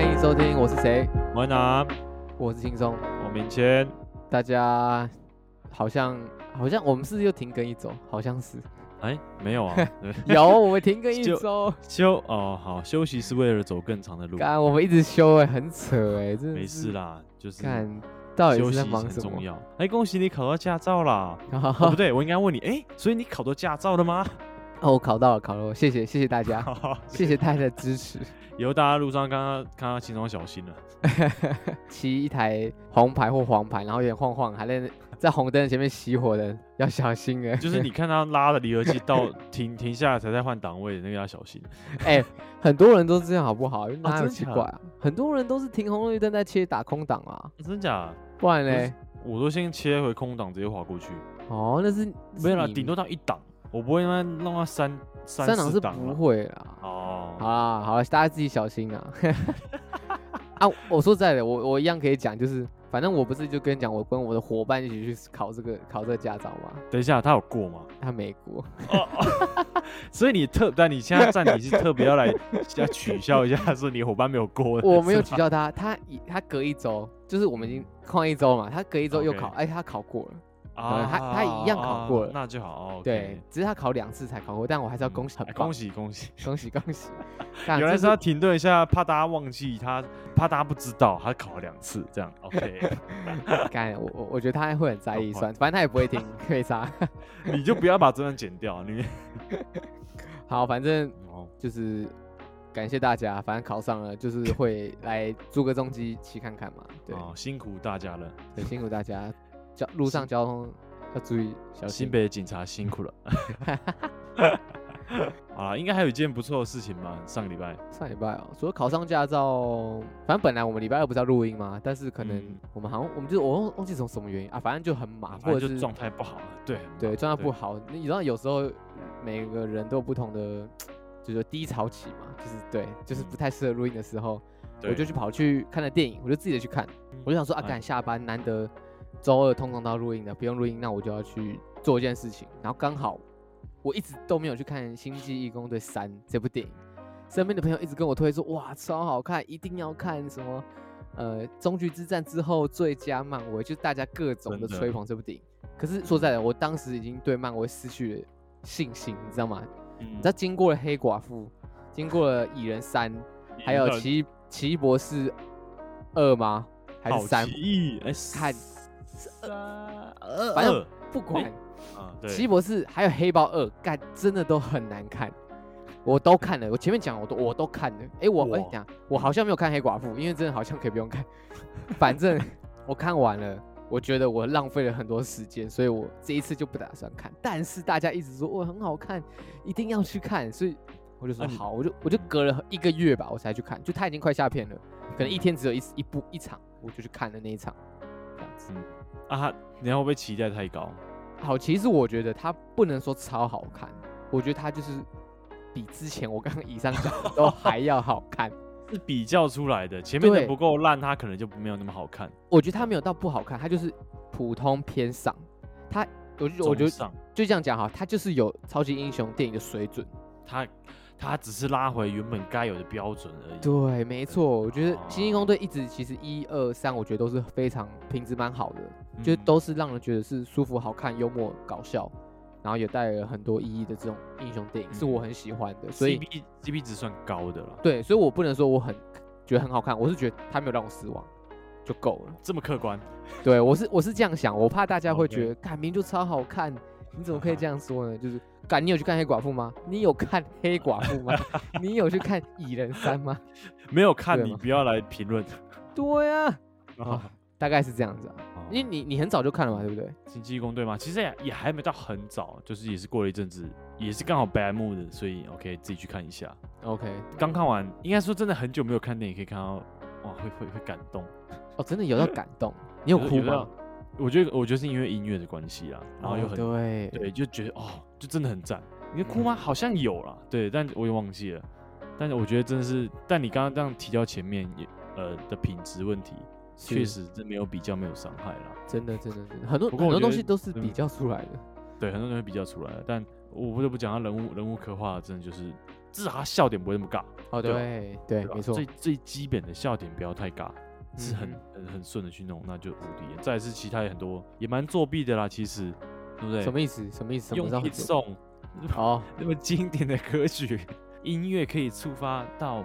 迎收听，我是谁？我拿我是轻松。我明谦，大家好像好像我们是又停更一周，好像 是哎，没有啊， 对有我们停更一就周，休哦好，休息是为了走更长的路，干我们一直休哎、很扯哎、真的没是事。啦，就是干到底休是在息忙很什重么？要。哎，恭喜你考到驾照 啦！哈哦，哈不对，我应该问你，哎，所以你考到驾照了吗？ 哦，我考到了，考到了，谢谢谢谢大家，好谢谢大家的支持。以后大家路上刚刚看到轻松小心了，骑一台红牌或黄牌，然后有点晃晃，还在那在红灯前面熄火的，要小心哎、就是你看他拉的离合器 到停停下来才在换档位，那个要小心。哎、很多人都这样好不好？哪哦真有的奇假的怪啊？很多人都是停红绿灯在切打空档啊，真假？不然不是嘞？我都先切回空档，直接划过去。哦，那是没有啦，了，顶多到一档，我不会让它让它三三三档四是档不啦会啦。哦，好啦，好啦，大家自己小心啊。 啊，我说实在的，我我一样可以讲，就是反正我不是就跟你讲，我跟我的伙伴一起去考这个考这个驾照嘛，等一下，他有过吗？他没 过。所以你特，但你现在站你是特别要 来要取笑一下，说你伙伴没有过的。我没有是取消他，他一他隔一周，就是我们已经旷一周嘛，他隔一周又考， OK 哎，他考过了，吧呃他他一样考过了啊那就好。哦，OK 对，，只是他考两次才考过，但我还是要嗯恭喜，很哎棒恭，喜恭喜！恭喜恭喜！干 原来这是要停顿一下，怕大家忘记他，怕大家不知道他考了两次，这样 OK， 干，我我我觉得他会很在意，好算，反正他也不会听，没啥。你就不要把这段剪掉，你 好，反正哦，就是感谢大家，反正考上了就是会来租个重机骑看看嘛，对，哦辛苦大家了，很辛苦大家，交路上交通要注意小心。新北警察辛 苦了。好啦，应该还有一件不错的事情吧？上个礼拜，上礼拜哦，除了考上驾照，反正本来我们礼拜二不是要录音吗？但是可能嗯我们好像我们就我忘忘记从什么原因啊，反正就很忙，反或正者就是状态不好了，对很对忙状态不对好。你知道有时候每个人都有不同的，就是低潮期嘛，就是对，就是不嗯太适合录音的时候，我对就去跑去看了电影，我就自己的去看，我就想说啊，哎赶下班难得周二通常都要录音的，不用录音，那我就要去做一件事情，然后刚好我一直都没有去看《星际义工队三》这部电影，身边的朋友一直跟我推说，哇，超好看，一定要看什么，呃，终局之战之后最佳漫威，就是大家各种的真的嗯吹捧这部电影。可是说实在的，我当时已经对漫威失去了信心，你知道吗？嗯你知道经过了黑寡妇，经过了蚁人三，还有奇异奇异博士二吗？还是三好？奇异，哎，看三反正二不管哎啊，奇异对，博士还有黑豹二，干真的都很难看，我都看了。我前面讲我都我都看了。哎、我哎哇讲、我好像没有看黑寡妇，因为真的好像可以不用看。 反正我看完了，我觉得我浪费了很多时间，所以我这一次就不打算看。但是大家一直说我很好看，一定要去看，所以我就说那你好，我就我就隔了一个月吧，我才去看。就它已经快下片了，可能一天只有一一部一场，我就去看了那一场，这样子。啊，他你看会不会期待太高？好，其实我觉得它不能说超好看，我觉得它就是比之前我刚刚以上讲的都还要好看。是比较出来的，前面对的不够烂，它可能就没有那么好看。我觉得它没有到不好看，它就是普通偏上。它，我就我觉中得上就这样讲哈，它就是有超级英雄电影的水准。它它只是拉回原本该有的标准而已。对，没错，我觉得《星际哦空队》一直其实一二三，我觉得都是非常品质蛮好的，嗯，就是都是让人觉得是舒服、好看、幽默、搞笑，然后也带了很多意义的这种英雄电影，是我嗯很喜欢的。所以 CP CP 值算高的了，对，所以我不能说我很觉得很好看，我是觉得他没有让我失望就够了。这么客观。对我是我是这样想，我怕大家会哦 OK 啊觉得，干明就超好看，你怎么可以这样说呢？就是，干你有去看黑寡妇吗？你有看黑寡妇吗？ 你有去看蚁人三吗？ 没有看对你吗不要来评论。对呀、哦 啊，大概是这样子啊。因为你你很早就看了嘛，对不对？星际义工队嘛，其实也也还没到很早，就是也是过了一阵子，也是刚好白幕的，所以 OK 自己去看一下。 OK，刚看完，应该说真的很久没有看电影，可以看到哇，会会会感动。哦，真的有到感动，你有的哭的吗？我觉得我觉得是因为音乐的关系啦，然后又哦很、对嗯对，就觉得哦，就真的很赞。你哭吗？好像有啦，对，但我也忘记了。但是我觉得真的是，但你刚刚这样提到前面也呃的品质问题，确是实真没有比较没有伤害啦。真的真的真的很多不很过多我觉东西得都是比嗯较出来的。啊对，很多人会比较出来了，但我不得不讲，他人物人物刻画真的就是至少他笑点不会那么尬，哦，对吧对对，吧没错最，最基本的笑点不要太尬，是很嗯很很顺的去弄，那就无敌了。再来是其他也很多也蛮作弊的啦，其实对不对？什么意思？什么意思？什么用时候力很久？送哦， 那么经典的歌曲，音乐可以触发到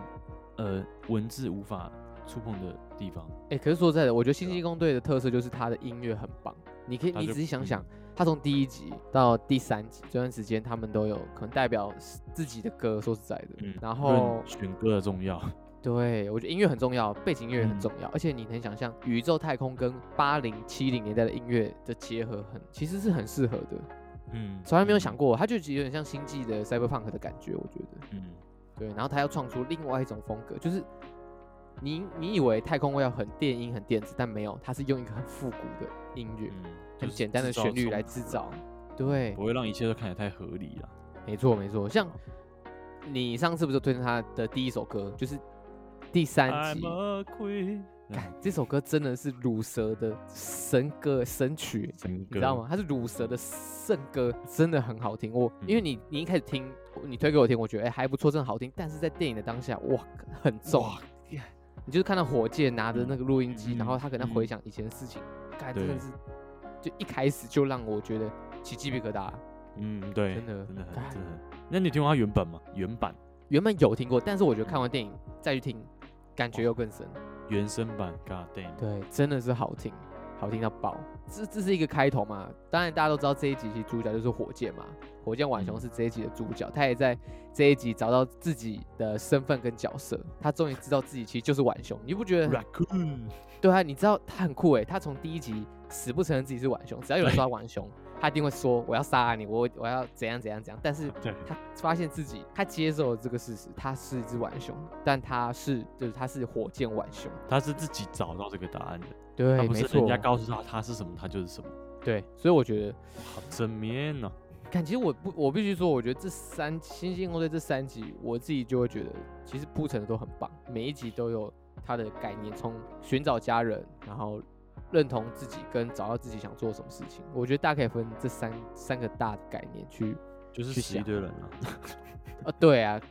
呃文字无法触碰的地方。哎，可是说实在的，我觉得星际义工队的特色就是它的音乐很棒。你可以，它你啊就仔细想嗯想，他从第一集到第三集这段时间，他们都有可能代表自己的歌。说实在的，嗯嗯然后论选歌的重要，对，我觉得音乐很重要，背景音乐很嗯重要，而且你能想象宇宙太空跟八零七零年代的音乐的结合很，其实是很适合的。嗯，从来没有想嗯，过，它就有点像星际的 cyberpunk 的感觉，我觉得。嗯，对，然后他要创出另外一种风格，就是你你以为太空味要很电音、很电子，但没有，它是用一个很复古的音乐、嗯很简单的旋律来制，造就是。对冲突，不会让一切都看得太合理了。没错没错，像你上次不是推荐他的第一首歌，就是第三集 I'm。a queen，干这首歌真的是乳蛇的神歌神曲，整个你知道吗？？它是乳蛇的圣歌，真的很好听。我嗯因为你你一开始听，你推给我听，我觉得哎、还不错，真的好听。但是在电影的当下，哇，很重哇。你就是看到火箭拿着那个录音机，嗯然后他可能嗯回想以前的事情，干真的对是，就一开始就让我觉得起鸡皮疙瘩。嗯，对，真的真的很干真的很。那你有听过它原版吗？原版原本有听过，但是我觉得看完电影再去听，感觉又更深。原声版，God damn，对，真的是好听，好听到爆。这这是一个开头嘛？当然大家都知道这一集其实主角就是火箭嘛，火箭浣熊嗯是这一集的主角，他也在这一集找到自己的身份跟角色，他终于知道自己其实就是浣熊，你不觉得很？ Raccoon，对啊，你知道他很酷诶，他从第一集死不承认自己是浣熊，只要有人说他浣熊，他一定会说我要杀你，我我要怎样怎样怎样，但是对，他发现自己，他接受了这个事实，他是一只浣熊，但他是就是他是火箭浣熊，他是自己找到这个答案的，他对，不没是错，人家告诉他他是什么，他就是什么。对，所以我觉得好正面哦呢、看，其实我不，我必须说，我觉得这三《星际义工队》这三集，我自己就会觉得，其实铺陈的都很棒，每一集都有它的概念，从寻找家人，然后认同自己，跟找到自己想做什么事情。我觉得大家可以分这三三个大的概念去，就是去死一想堆人啊。啊，对啊，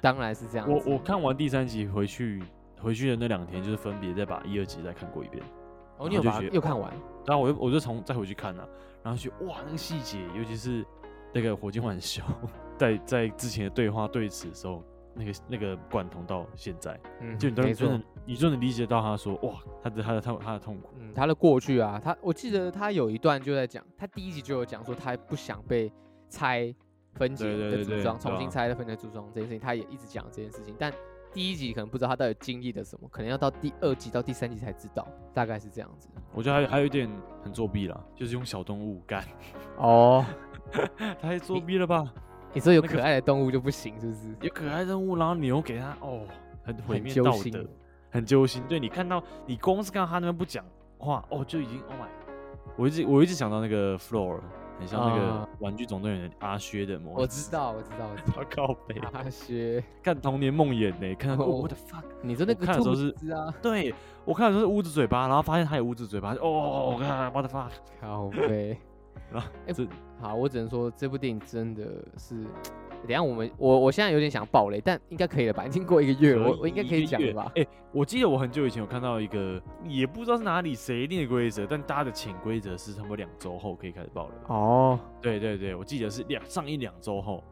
当然是这样子。我我看完第三集回去，回去的那两天就是分别再把一、二集再看过一遍，哦，你有就把它觉得又看完？然后我又我就从再回去看了、啊然后去哇那个细节，尤其是那个火箭浣熊在在之前的对话对此的时候，那个那个贯通到现在，嗯，就你都没能就错能。你就能理解到他说哇他的他的他他的痛苦，嗯，他的过去啊，他我记得他有一段就在讲，他第一集就有讲说他不想被拆分解对对的对组对装，对重新啊拆的分解组装这件事情，他也一直讲这件事情，但第一集可能不知道他到底经历了什么，可能要到第二集到第三集才知道，大概是这样子。我觉得还有还有一点很作弊啦，就是用小动物干， 哦，太作弊了吧？ 你说有那可个爱的动物就不行是不是？有可爱任务，然后你又给他哦，很毁很灭揪道心德，很揪心。对你看到你光是看到他那边不讲话，哦，就已经 Oh my！我一直我一直想到那个 Floor，很像那个啊玩具总动员阿薛的模我知道，我知道，我知 道。道啊靠背，阿薛，看童年梦魇呢，看到哦我的 fuck，你说那我个看的时兔候是子啊，对我看的时候是捂着嘴巴，然后发现他有捂着嘴巴，就哦，我看 what the fuck，好呗。然后哎这好，我只能说这部电影真的是，等一下我们我我现在有点想爆雷，但应该可以了吧？已经过一个月，我我应该可以讲了 吧？哎、我记得我很久以前有看到一个，也不知道是哪里谁定的规则，但大家的潜规则是差不多两周后可以开始爆了。哦，对对对，我记得是两上一两周后，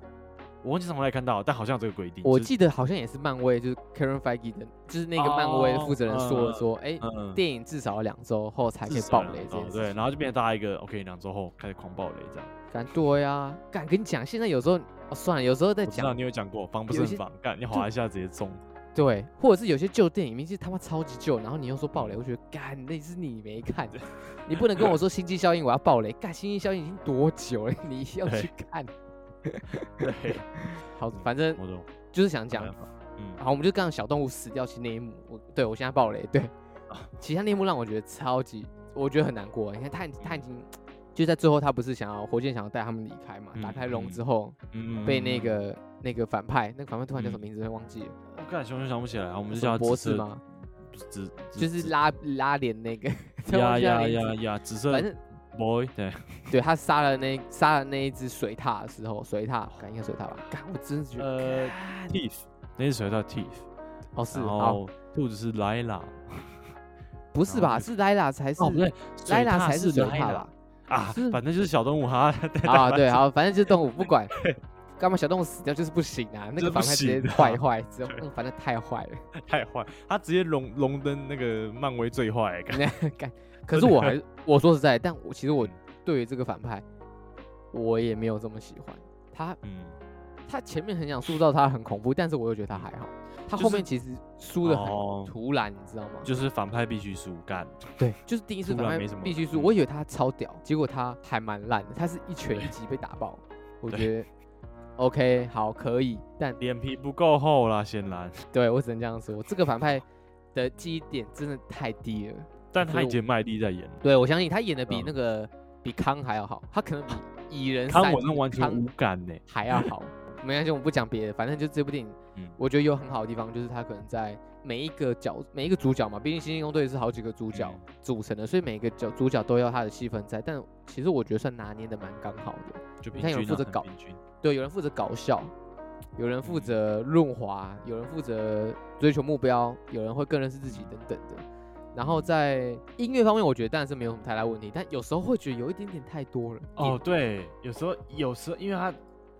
我忘记从哪里看到，但好像有这个规定。我就是记得好像也是漫威，就是 Karen Feige 的，就是那个漫威的负责人说哦的说，哎、嗯，电影至少要两周后才可以至少爆两雷这周件对，事情。然后就变成大家一个 OK，两周后开始狂爆雷这样。敢对呀、敢跟你讲，现在有时候哦算了，有时候在我知道讲你有讲过防不有一胜些防，干你滑一下直接中。对，或者是有些旧电影明明是他妈超级旧，然后你又说爆雷，我觉得干那是你没看， 你不能跟我说《星际效应》我要爆雷，干《星际效应》已经多久了，你要对去 看。对， 好，反正我懂。就是想讲没办，嗯，好，我们就刚刚小动物死掉其实那一幕，我对我现在爆雷，对啊，其他那一幕让我觉得超级，我觉得很难过。你看他已他已经就在最后，他不是想要火箭想要带他们离开嘛？嗯打开笼嗯之后，嗯被那，个那个反派，那个反派突然叫什么名字忘记了，我干熊熊想不起来啊，我们就什么叫博博士士？吗？不是紫，就是拉拉脸那个，突然 呀忘记他呀名字呀呀，紫色反正 boy，对，对他杀了那杀了那一只水獭的时候，水獭，感应该水獭吧？干，我真的觉得，呃，teeth，那是谁叫 teeth？哦是，然哦后兔子是 Lila 不是然后吧？就是莱拉才是，哦，不对，莱水拉獭才是水 Lila 獭 吧？啊是，反正就是小动物哈，啊，对，好，反正就是动物，不 管干嘛，小动物死掉就是不行啊，那就是个不反派直接行啊坏坏，只有那个反正太坏 了。太坏，他直接荣荣登那个漫威最坏，感觉那干，可真是的我还我说实在，但我其实我嗯对于这个反派，我也没有这么喜欢。他嗯，他前面很想塑造他很恐怖，但是我又觉得他还好。他就后是面其实输的哦很突然，你知道吗？就是反派必须输干，对，就是第一次突反然派没什么必须输。嗯我以为他超屌，结果他还蛮烂的，他是一拳对一击被打爆。我对觉得 OK 好可以，但脸皮不够厚啦，显然，对我只能这样说，这个反派的记忆点真的太低了。但所他以已经卖力在演了。对，我相信他演的比嗯那个、比康还要好，他可能比蚁人康三我真的完全康无感呢、还要 好。没关系，我们不讲别的，反正就这部电影，嗯我觉得有很好的地方，就是它可能在每一个角、每一个主角嘛，毕竟《星星公队》是好几个主角嗯组成的，所以每一个角主角都要他的戏份在。但其实我觉得算拿捏的蛮刚好的。就你平看均、有啊、人负责很搞平均对，有人负责搞笑，有人负责润滑，有人负责追求目标，有人会更认识自己等等的。然后在音乐方面，我觉得当然是没有什么太大问题，但有时候会觉得有一点点太多了。哦，，对，有时候有时候因为他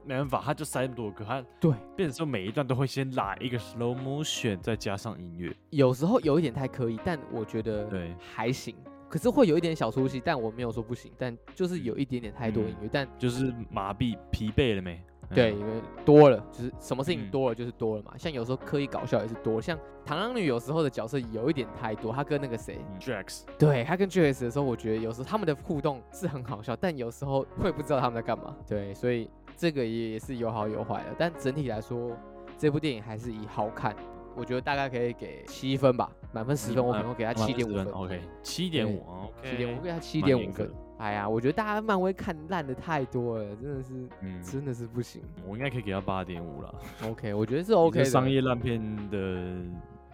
没办法，他就塞那么多歌，他对，变成说每一段都会先拉一个 slow motion，再加上音乐，有时候有一点太刻意，但我觉得对还行。可是会有一点小出戏，但我没有说不行，但就是有一点点太多嗯音乐，但就是麻痹疲惫了没？嗯对，因为多了就是什么事情嗯多了就是多了嘛。像有时候刻意搞笑也是多，像螳螂女有时候的角色有一点太多，她跟那个谁，嗯，Jax，对他跟 JS 的时候，我觉得有时候他们的互动是很好笑，但有时候会不知道他们在干嘛。对，所以这个也也是有好有坏的。但整体来说，这部电影还是以好看，我觉得大概可以给七分吧，满分十分，嗯我可能会给他七点五10分。 ，OK，七点五，OK，啊七点五，我给他七蛮点严五格分。哎呀，我觉得大家漫威看烂的太多了，真的是，嗯，真的是不行。我应该可以给到八点五啦。 OK，我觉 得是以 OK 的。这商业烂片的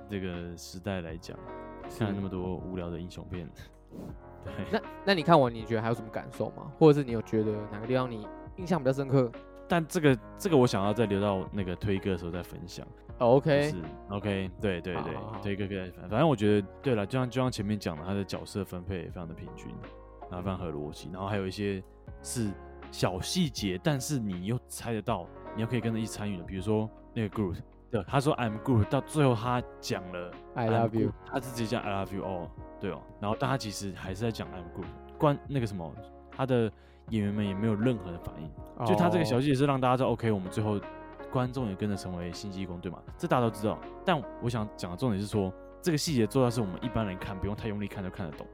这个时代来讲，是看了那么多无聊的英雄 片，对，那那你看完，你觉得还有什么感受吗？或者是你有觉得哪个地方你印象比较深刻但这个这个我想要再留到那个推歌的时候再分享。哦就？OK，是 OK，对对好对好好，推哥哥，反正我觉得对了，就像就像前面讲的，他的角色分配也非常的平均，然后非常合逻辑，然后还有一些是小细节，但是你又猜得到，你又可以跟着一起参与的，比如说那个 Groot，对，他说 I'm Groot，到最后他讲了 I "I'm love you Groot"，他是直接讲 I love you 哦，对哦，然后但他其实还是在讲 I'm Groot，关那个什么，他的演员们也没有任何的反应，就他这个小哦细节是让大家知道，OK，我们最后观众也跟着成为星际义工，对吗？这大家都知道。但我想讲的重点是说，这个细节做到是我们一般人看不用太用力看就看得懂，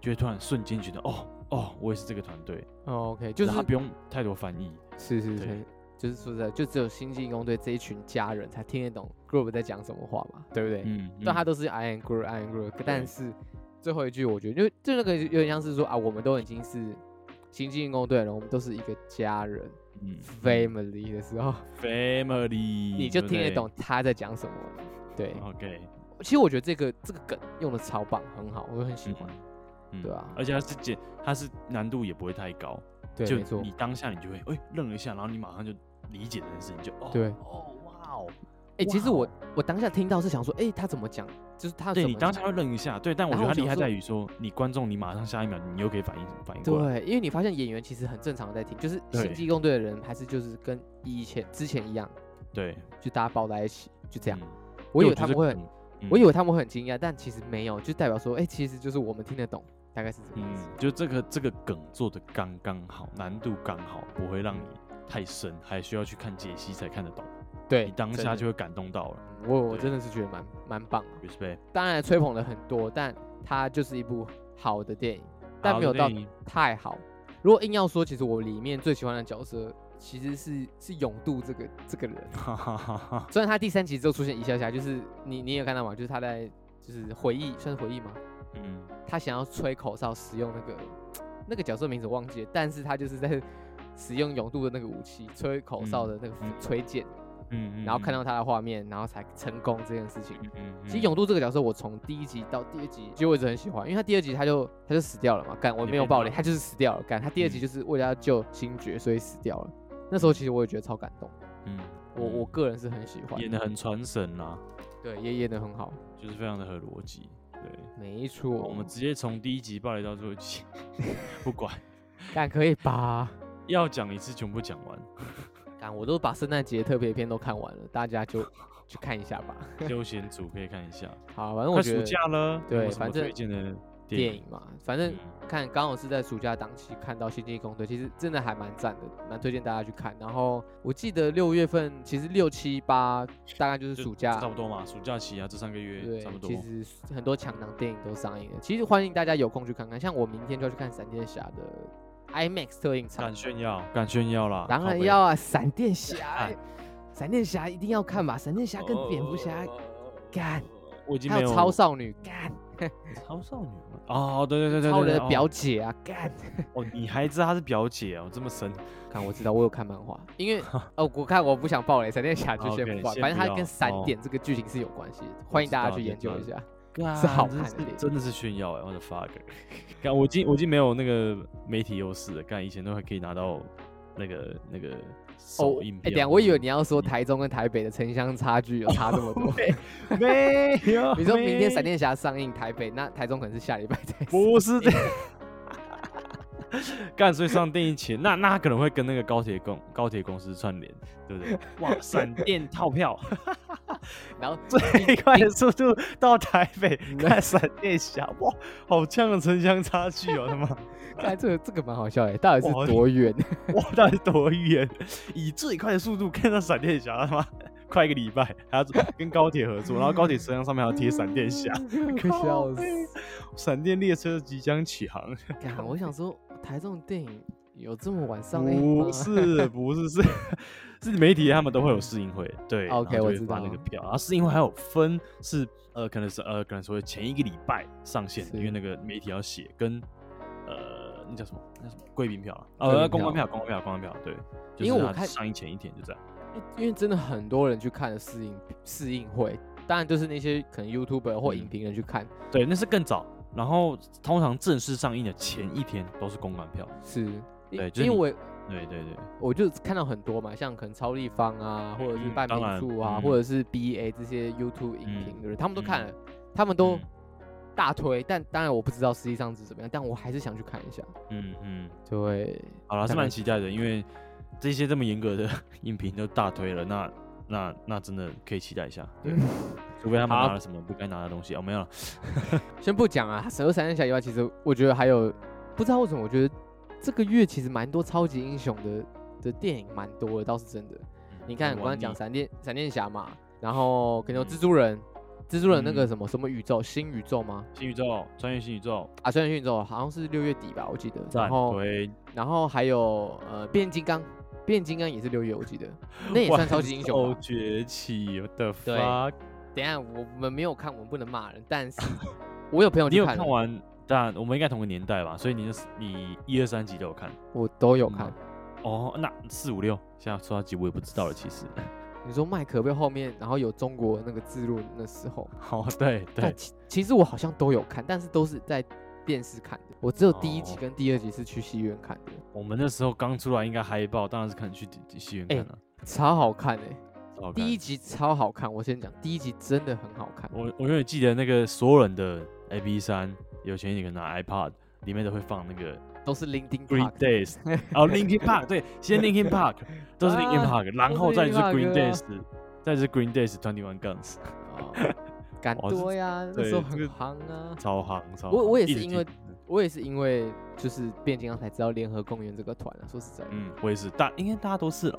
就会突然瞬间觉得，哦哦，我也是这个团队，哦 OK，就是然后他不用太多翻译，是是对是，就是说实在，就只有星际义工队这一群家人才听得懂 Groove 在讲什么话嘛，对不对？嗯，但他的都是 I am Groove, I am Groove，但是最后一句我觉得就就那个有点像是说啊，我们都已经是星际义工队了，我们都是一个家人、嗯 family 的时候， family，你就嗯对不哦听得对懂嗯他在讲什么了。对， ，OK，其实我觉得这个这个梗用的超棒，很好，我很喜嗯欢。，嗯对啊而且他是简，他是难度也不会太高，对，没就错你，当下你就会哎愣一下，然后你马上就理解这件事情，就哦对哦哇哦。哎，其实哇我我当下听到是想说，哎，他怎么讲？就是他啊对怎你么当讲下会愣一下，对，但我然觉后得我想他厉害说在于说，你观众你马上下一秒你又可以反应反应过来，对，因为你发现演员其实很正常的在听，就是对星际工队的人还是就是跟以前之前一样，对，就大家抱在一起，就这样。嗯我以对为觉他得们会很，嗯嗯我以为他们会很惊讶，但其实没有，就代表说，哎、其实就是我们听得懂，大概是这个意思。嗯，就这个这个梗做的刚刚好，难度刚好，不会让你太深，还需要去看解析才看得懂，对，嗯你当真下的就会感动到了我我对真的是觉得蛮蛮棒的。 ，respect。当然吹捧了很多，但它就是一部好的电影，但好没有的到电影太好。如果硬要说，其实我里面最喜欢的角色其实是是永渡这个这个人。 哈哈哈哈，虽然他第三集之后出现一下下，就是你你也有看到嘛，就是他在就是回忆，算是回忆吗？嗯，他想要吹口哨，使用那个那个角色名字我忘记了，但是他就是在使用勇度的那个武器，吹口哨的那个嗯吹剑，嗯嗯然后看嗯到他的画面，然后才成功这件事情。嗯嗯其实嗯永渡这个角色，我从第一集到第二集，其实我一直很喜欢，因为他第二集他就他就死掉了嘛，干我你没有被暴雷，打他就是死掉了，干他第二集嗯就是为了要救星爵，所以死掉了。那时候其实我也觉得超感动，嗯，我我嗯个人是很喜欢，演的很传神啦、对，也演的很好，就是非常的合逻辑。对，没错，我们直接从第一集暴雷到最后一集， 不管，干可以吧？要讲一次全部讲 完，干我都把圣诞节特别篇都看完了，大家就去看一下吧。休闲组可以看一下。好，啊反正我快觉暑得假了，有没有对什反么正推荐的电影影，嘛，反正嗯看刚好是在暑假档期看到《星际异攻队》，其实真的还蛮赞的，蛮推荐大家去看。然后我记得六月份，其实六七八大概就是就暑假差，不多嘛，暑假期啊，这三个月对差不，多其。实很多强档电影都上映了。其实欢迎大家有空去看看，像我明天就要去看《闪电侠》的 IMAX 特映场敢，炫耀，敢炫耀啦！当靠然北要啊，《闪电 侠》，闪电侠一定要看吧，《闪电侠》跟蝙蝠哦侠，干，我已经还没有超少女，干，超少女吗哦，对对对对，超对人对的表姐啊，干。哦哦，你还知道她是表姐哦，这么深。看，我知道，我有看漫画， 因为哦，我看我不想爆雷，闪电侠就先 OK，不管，先反正不它要跟闪哦点这个剧情是有关系的，欢迎知大家道去知研究道一下。干好真看的是电影真的是炫耀哎、我的 fuck！干，我已经我已经没有那个媒体优势了，干以前都还可以拿到那个那个哦首映，哎，票。等一下我以为你要说嗯台中跟台北的城乡差距有差这么 多，没有， 你说明 天闪没电侠上映台北，那台中可能是下礼拜才上。不是这样。 干，所以上电影前，那那他可能会跟那个高铁公高铁公司串联，对不对？哇，闪电套票，然后最快的速度到台北嗯看闪电侠，哇，好呛的城乡差距哦， 他妈！看哎这个这个蛮好笑的，到底哇是多远？哇，到底多远？以最快的速度看到闪电侠，他妈快一个礼拜，还要跟高铁合作，然后高铁车厢上面还要贴闪 电侠，快靠笑死！背闪电列车即将起航。看，我想说台中的电影有这么晚上哎映吗 不？是不是是是媒体他们都会有试映会，对 OK，然后我就知会发那道个票，然后试映会还有分是呃可能是呃可能说前一个礼拜上线，因为是那个媒体要写跟呃那叫什么那什么贵宾票啊，贵呃宾公关票票公关票公关票，对，就因为是我它看上映前一天就这样。因为真的很多人去看了试映试映会，当然就是那些可能 YouTuber 或嗯影评人去看，对，那是更早。然后通常正式上映的前一天都是公关票。是，因对就是因你为对对对，我我就看到很多嘛，像可能超立方啊，或者是嗯半当瓶然醋啊，嗯或者是 BA 这些 YouTube 影嗯评的人，他们都看嗯了，他们都嗯大推，但当然我不知道实际上是怎么样，但我还是想去看一下。嗯嗯，对，好了，是大概蛮期待的，因为这些这么严格的 影评都大推了，那那那真的可以期待一下。对，除非他们嗯好拿了什么不该拿的东西哦，没有了。先不讲啊，除了闪电侠以外，其实我觉得还有，不知道为什么，我觉得这个月其实蛮多超级英雄的的电影蛮多的，倒是真的。嗯你看，我刚才讲闪电闪电侠嘛，然后可能有嗯蜘蛛人，蜘蛛人那个嗯什么什么宇宙新宇宙吗？新宇宙，穿越新宇宙，啊，虽然新宇宙好像是六月底吧，我记得。然赞后推然后还有呃变形金刚，变形金刚也是六月，我记 得那也算超级英雄哦吧。崛起的对 fuck，等一下我们没有看，我们不能骂人，但 是我有朋友你去有看看了，完？但我们应该同个年代吧，所以你就是你一二三集都有看。我都有嗯看。哦，那四五六，现在说到几我也不知道了，其实。 你说麦可贝后面，然后有中国那个字幕那时候，哦，对但对，其其实我好像都有看，但是都是在电视看的，我只有第一集哦跟第二集是去戏院看的，我们那时候刚出来应该嗨爆，当然是看去戏院看了、超好看哎、超好看第一集超好看，我先讲，第一集真的很好看。我我永远记得那个所有人的 A B 三，有钱一点可能拿 iPod，里面都会放那个都是 LinkedIn Green Park， Days，哦 Linkin Park，对，先 Linkin Park，都是 Linkin 啊 Park，然后是再就是 Linkin Green Park 啊 Days，再就是 Green Days Twenty One Guns，哦敢哇这多呀，那时候哦对很这个夯啊。超行超我夯我也一是直因听为我也是因为就是变形金刚才知道联合公园这个团啊，说实在，嗯，我也是大，应该大家都是了，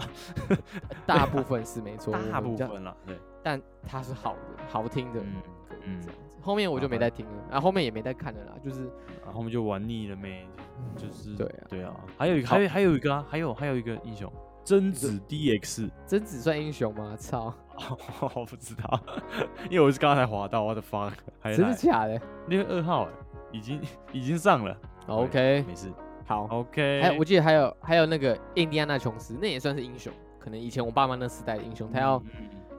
大部分是没错，我 大们部这样，分了，对，但它是好的、好听的嗯歌嗯这样子。后面我就麻没烦再听了，啊然后后面也没再看了啦，就是然后我们就玩腻了没，就是对啊对啊，还有一个还有还有一个啊，还有还有一个英雄贞子 DX，贞子算英雄吗？操， 我不知道，因为我是刚才滑到我的 fuck，还真的假的六月二号哎，已经 已经上了好？OK，没事好， ，OK，还有我记得还有还有那个印第安纳琼斯，那也算是英雄，可能以前我爸妈那时代的英雄，他要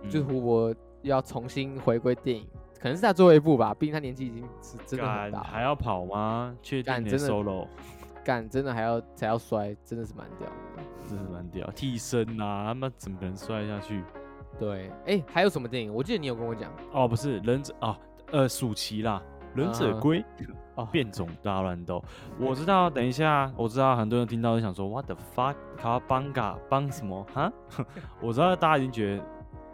就是嗯胡博要重新回归电影，可能是他最后一部吧，毕竟他年纪已经是真的很干大还了，要跑吗？确定干你的真的 solo 干真的还要才要摔，真的是蛮屌的。真是蛮屌，替身啊，他妈怎么可能摔下去？对，哎，还有什么电影？我记得你有跟我讲，哦，不是忍者啊，呃，暑期啦，忍者啊龟 哦变种大乱斗。我知道，等一下，我知道很多人听到就想说，What the fuck，卡邦嘎邦什么哈？ 我知道大家已经觉得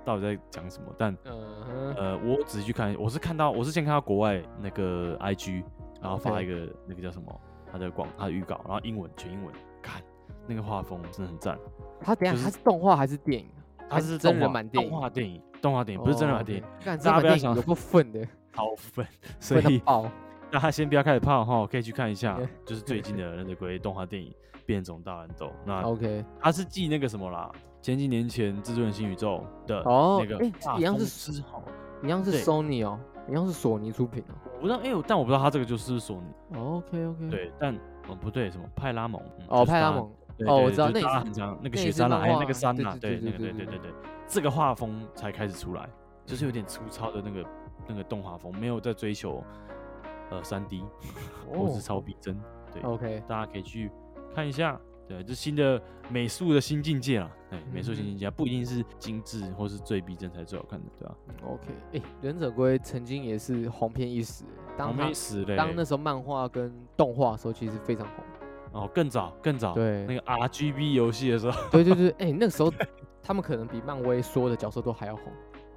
到底在讲什么，但嗯哼，呃，我仔细去看，我是看到，我是先看到国外那个 IG，然后发 OK 一个那个叫什么，它的广，它的预告，然后英文全英文，看那个画风真的很赞。他等一就是下他是动画还是电影？它还是啊真动人画版电影动，画电影，动画电影不是真人版电影，哦，OK，干大真人版家不要电影想有够 愤的，好粉，所愤以到 爆。大家先不要开始泡哈，可以去看一下 Yeah，就是最近的《忍者龟》动画电影《变种大乱斗》。那 OK，它是继那个什么啦，前几年前《至尊的新宇宙》的哦那个诶大一样风是之吼。一样是对 Sony 哦，一样是索尼出品哦。我不知道，哎，但我不知道它这个就是索尼 OK OK，，对，但哦不对，什么派拉蒙嗯嗯哦，就是派拉大家蒙，对哦对我知道就那是也大家是很常那那个也雪是山啦，漫还哎有那画个啊山对啦，对对，对那个对对对对对对嗯对，这个画风才开始出来，就是有点粗糙的那个那个动画风，没有在追求呃三 D 或哦是超逼真，对 OK，大家可以去看一下。对，这新的美术的新境界啦，对，美术新嗯哼境界不一定是精致或是最逼真才最好看的，对吧、嗯 OK，哎、忍者龟曾经也是红遍一时，欸啊？我当们它也死嘞，当那时候漫画跟动画的时候，其实非常红。哦更早更早，对那个 RGB 游戏的时候 对对对，哎、那个时候他们可能比漫威所有的角色都还要红，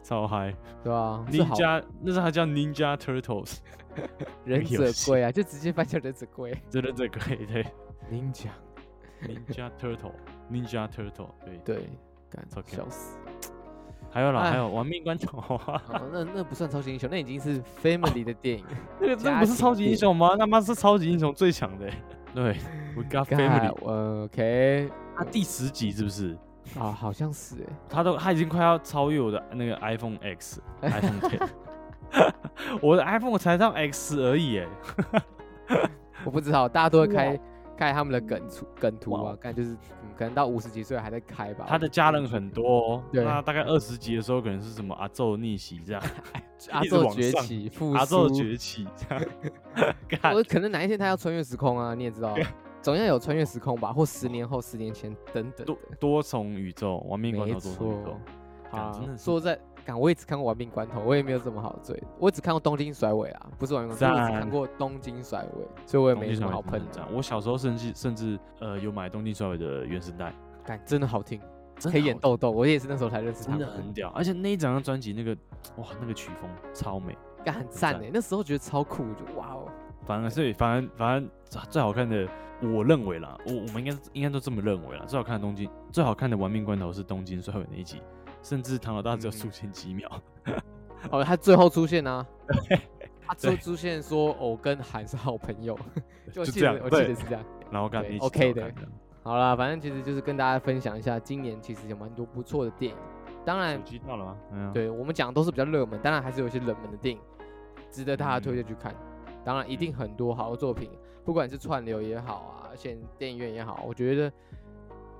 超嗨，对吧、是宁好家那时候还叫 Ninja Turtles， 忍游者戏龟啊，就直接翻叫忍者龟。真的这个对您讲， ，Ninja Turtle Ninja Turtle 对， 对，干超强笑死。还有啦，哎还有亡命关头 啊，哦，那那不算超级英雄，那已经是 family 的电 影了。那个那家不是超级庭英雄吗？他妈是超级英雄最强的欸，对，We Got 干 Family， ，OK，他第十集是不是？啊，好像是哎、他都他已经快要超越我的那个 iPhone X、iPhone Ten，我的 iPhone 我才到 X 而已哎，我不知道，大家都会哇开开他们的梗图梗图哇啊，看就是、嗯可能到五十几岁还在开吧。他的家人很多、哦，对那大概二十集的时候可能是什么阿宙逆袭这样， 阿一直宙往崛上起复苏，阿宙崛起 这 样，干我可能哪一天他要穿越时空啊，你也知道 啊，总要有穿越时空吧，或十年后、十年前等等多的。多重宇宙，亡命关没头多重宇宙错，，干啊真的，是说在，敢我也只看过《亡命关头》，我也没有这么好追，我只看过《东京甩尾》啊，不是《亡命关头》，我只赞看过《东京甩尾》，所以我也东没京什么甩好尾真的喷很的赞。。我小时候甚至甚至呃有买东京甩尾的原声带，感真的好听，真的黑眼好豆豆，我也是那时候才认识他真们的很屌，而且那一整张专辑那个哇那个曲风超美。干很赞赞哎，那时候觉得超酷，就哇哦，反而是反而反而最最好看的，我认为啦，我我们应该应该都这么认为啦。最好看的东京，最好看的玩命关头是东京最后那一集，甚至唐老大只有嗯出现几秒。 哦，他最后出现啊，他最后对出现说我跟韩是好朋 友，就我就记这样得我记对得是这样。然后刚对那一集 OK 最好看的哎好啦，反正其实就是跟大家分享一下，今年其实有蛮多不错的电影。当的，然手，机到了吗？没有，对我们讲的都是比较热门，当然还是有一些冷门的电影值得大家推嗯荐去看。当然，一定嗯很多好的作品，不管是串流也好啊，现电影院也好，我觉得，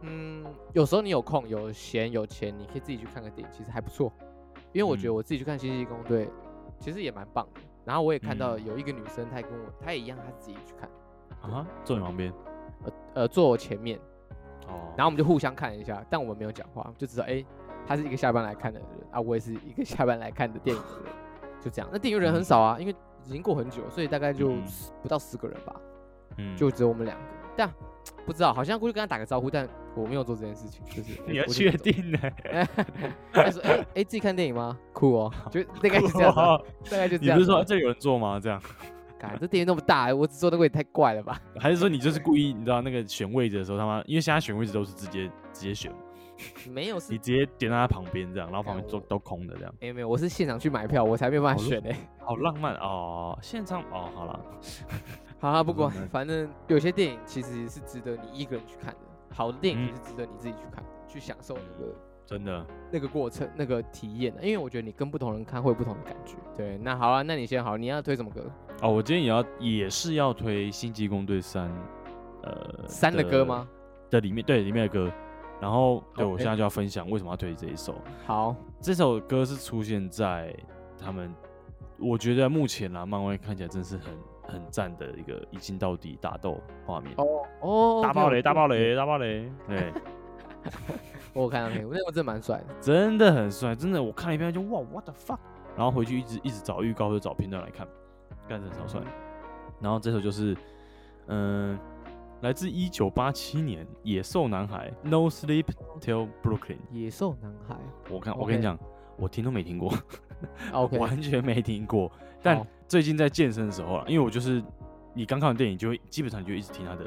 嗯，有时候你有空、有闲、有钱，你可以自己去看个电影，其实还不错。因为我觉得嗯我自己去看《星际异攻队》，其实也蛮棒的。然后我也看到嗯有一个女生，她也跟我，她也一样，她自己去看，啊，坐你旁边呃，坐我前面，哦，然后我们就互相看一下，但我们没有讲话，就知道哎、诶他是一个下班来看的人啊，我也是一个下班来看的电影的人，就这样。那电影院人很少啊，因为已经过很久，所以大概就嗯十不到十个人吧，嗯就只有我们两个。但不知道，好像过去跟他打个招呼，但我没有做这件事情， 就是你要我就没确有做 定呢？他说哎哎、诶自己看电影吗？酷 哦，就大概就这样吧，哇大概就这哦你样吧。不是说这有人坐吗？这样，干这电影那么大，我只坐那个也太怪了吧？还是说你就是故意？你知道那个选位置的时候，他妈，因为现在选位置都是直接直接选，没有你是。直接点到他旁边这样，然后旁边看都我都空的这样。没有没有，我是现场去买票，我才没有办法好选哎、好浪漫哦！现场哦，好了，好啊啦，不管嗯那， 反正有些电影其实是值得你一个人去看的，好的电嗯影也是值得你自己去看的，去享受那个真的，那个过程、那个体验的。啊因为我觉得你跟不同人看会有不同的感觉。对，那好啊，那你先好，你要推什么歌？哦，我今天也要也是要推《星际攻队三》呃三的歌吗？的里面对里面的歌，然后对我 OK 现在就要分享为什么要推这一首。好，这首歌是出现在他们，我觉得目前啦，漫威看起来真是很很赞的一个一镜到底打斗画面。哦哦，大 OK，爆雷，我大爆雷，大爆雷！对，我有看到那个，那个真的蛮帅的。真的很帅，真的，我看了一遍就哇，what the fuck，然后回去一直一直找预告或者找片段来看，干得超帅。然后这首就是，嗯、来自一九八七年《野兽男孩》No Sleep Till Brooklyn。野兽男孩我看，我跟你 OK 讲，我听都没听过。啊，OK，哦完全没听过。但好最近在健身的时候啊，因为我就是你刚看完电影，就会基本上你就一直听他的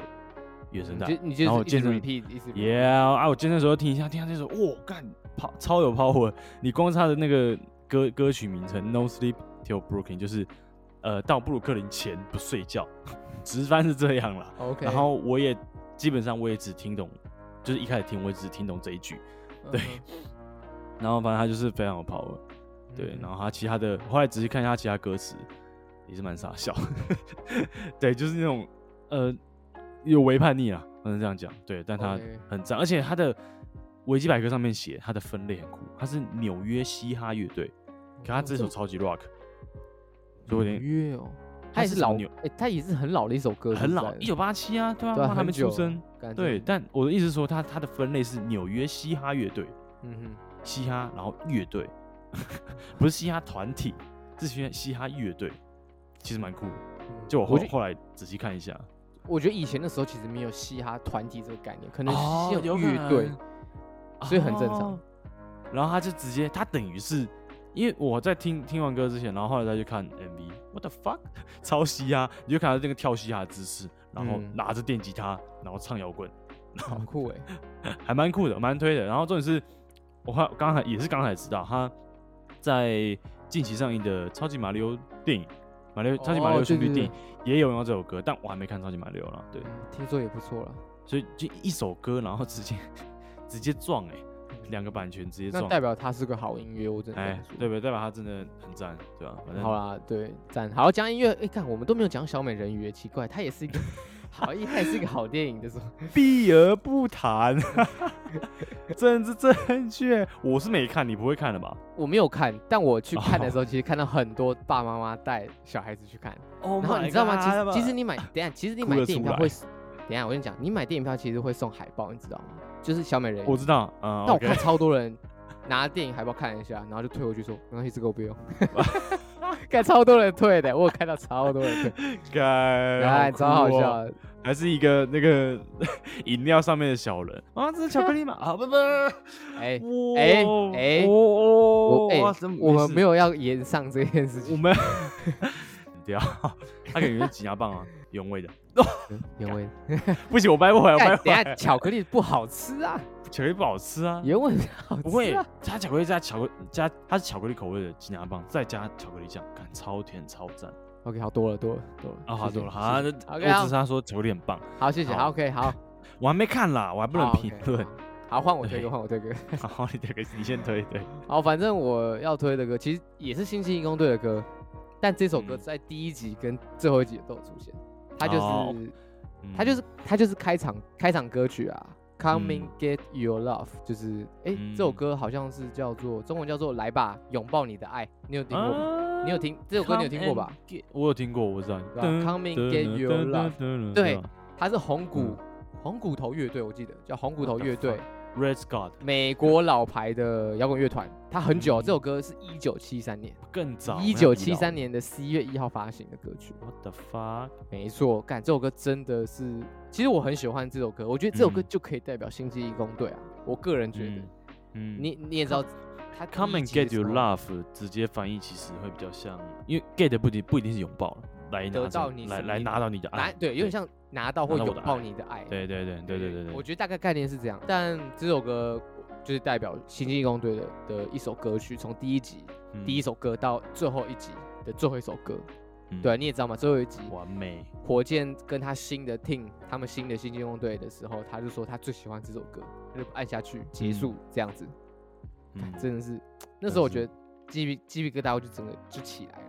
原声你带就，你然就后我是一健直身 repeat 一直 repeat Yeah 啊，我健身的时候听一下，听他这首，哇，干跑超有 power。你光是他的那个歌歌曲名称 No Sleep Till Brooklyn，就是呃到布鲁克林前不睡觉， 直翻是这样啦。 OK，然后我也基本上我也只听懂，就是一开始听我也只听懂这一句，嗯对然后反正他就是非常有 power。对，然后后他其他的，我后来仔细看一下他其他歌词，也是蛮傻笑。 对，就是那种呃有违叛逆啊，不能这样讲。对，但他 OK 很赞而且他的维基百科上面写他的分类很酷，他是纽约嘻哈乐队，可哦他这首超级 rock，所以我有点约哦，他他也是是什么老牛，哎，他也是嗯很老的一首歌，很说实老，在的一九八七啊，对啊，对啊他还很没出久生。感觉对，但我的意思是说他他的分类是纽约嘻哈乐队，嗯嘻哈，然后乐队， 不是嘻哈团体，是嘻哈嘻哈乐队，其实蛮酷的。哼，嗯就我后觉得后来仔细看一下，我觉得以前的时候其实没有嘻哈团体这个概念，可能哦是有有可乐队能，所以很正常哦然后他就直接，他等于是，因为我在听听完歌之前，然后后来再去看 MV，what the fuck，抄 嘻哈，你就看他那个跳嘻哈的姿势，然后嗯拿着电吉他，然后唱摇滚， 很酷哎，还蛮酷的，蛮推的。然后重点是，我还刚才也是刚才知道，他在近期上映的《超级马里奥》电影，《马里奥超级马里奥哦兄弟》对对电影也有用到这首歌，但我还没看《超级马里奥》了。对，嗯听说也不错了。所以就一首歌，然后直接直接撞哎、两个版权直接那撞，代表他是个好音乐，我真的这哎样说，对不对？代表他真的很赞，对吧、反正好啊啦，对，赞。好，讲音乐，哎，看我们都没有讲小美人鱼，奇怪，它也是一 个好，它也是一个好电影的时候。 避而不谈， 政治正确，我是没看，你不会看的吧？我没有看，但我去看的时候，其实看到很多爸爸妈妈带小孩子去看。哦然后你知道吗？其实其实你买，等一下，其实你哭买得电影出票来会，等一下我跟你讲，你买电影票其实会送海报，你知道吗？就是小美人鱼。我知道，嗯，但我 OK 看超多人拿电影海报看了一下，然后就退回去说没关系，这个我不 用。看超多人退的，我有看到超多人退，该哎，超好哦笑的。还是一个那个 饮料上面的小人啊，这是巧克力吗？啊，不不，哎哎哎哎我我哎、我们没，有要延上这件事我情，们不要，他感觉是挤压棒啊，原味的，原哎味。不行，我掰不回来，我但掰等不回一下来，巧克力不好吃啊，巧克力不好吃啊，原味不好吃、啊。不会，加巧克力加巧克加，它是巧克力口味的挤压棒，再加巧克力酱，感超甜超赞 OK，好多了，多了，多了。谢啊，好谢多了，好啊，谢那谢我 OK，只好是他说巧克力很棒，好，谢谢，好好，OK，好，我还没看啦，我还不能好评，OK，论 哎好，。好，换我推对歌，换我推歌。好，你这个你先推对，好，反正我要推的歌其实也是星期义工队的歌，但这首歌嗯在第一集跟最后一集都有出现。它就哦是它就是它就是开场开场歌曲啊，Come 嗯 and Get Your Love，就是哎这首嗯歌好像是叫做中文叫做来吧拥抱你的爱，你有听过吗？啊你有听这首歌？你有听过吧？？我有听过，我知道。对吧？Come and get your love 对它是红嗯骨红骨头乐队，我记得叫红骨头乐队 What，，Red Scott 美国老牌的摇滚乐团。它很久，啊嗯这首歌是一九七三年，更早，一九七三。年的十一月一号发行的歌曲。 What the fuck？没错，干这首歌真的是，其实我很喜欢这首歌，我觉得这首歌嗯就可以代表星际义工队啊，我个人觉得嗯。嗯，你你也知道，他第 Come 一 and 集的 get your 时候 love 直接翻译其实会比较像，因为 get 不一定不一定是拥抱了，来拿得走到你来是来你拿到你的爱拿，对，有点。像拿到或哎拿到我拥的抱爱你的爱。啊对对对对对对对，我觉得大概概念是这样。但这首歌就是代表星际义工队的的一首歌曲，从第一集嗯第一首歌到最后一集的最后一首歌。嗯对，你也知道嘛，最后一集完美，火箭跟他新的 team，他们新的星际义工队的时候，他就说他最喜欢这首歌，他就按下去结束这样子。嗯真的是，那真时候我是觉得鸡皮鸡皮疙瘩我就整个就起来了，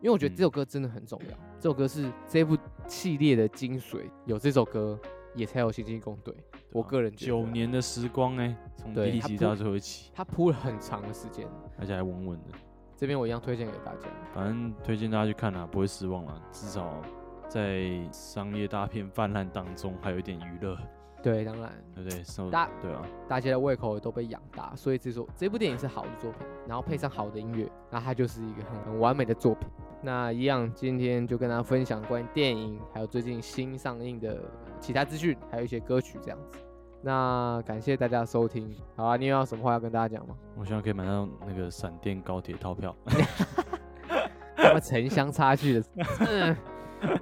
因为我觉得嗯这首歌真的很重要，这首歌是这部系列的精髓，有这首歌，也才有《星际义工队》。我对啊个人觉得九啦，年的时光哎、从第对一他集铺到最后一集，他铺了很长的时间，而且还稳稳的。这边我一样推荐给大家。反正推荐大家去看啊啦，不会失望啦。至少在商业大片泛滥当中，还有一点娱乐，对，当然对不对？So, 大对啊，大家的胃口也都被养大，所以这首这部电影是好的作品，然后配上好的音乐，那它就是一个很很完美的作品。那一样，今天就跟大家分享关于电影，还有最近新上映的其他资讯，还有一些歌曲这样子。那感谢大家的收听，好啊，你有什么话要跟大家讲吗？我希望可以买到那个闪电高铁套 票。他们城乡差距的，嗯，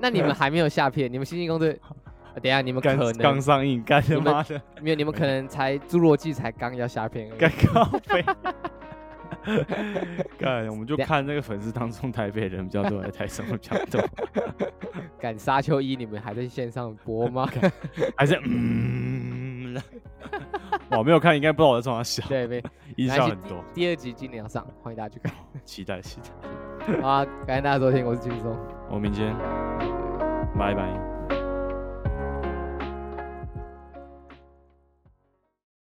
那你们还没有下片，你们星际公队，啊等一下你们可能上映， 干你他们妈的，没有，你们可能才《侏罗纪》才刚要下片而已，干高 飞。干，我们就等下看那个粉丝当中台北人比较多，还是台中人比较 多，赶《沙丘一》，你们还在线上播吗？还是嗯， 我没有看，应该不知道我在冲啥笑，对，没没音效关系很多，第二集今年要上，欢迎大家去看。期待期待。好啊，感谢大家收听，我是金松。我们明天，拜拜。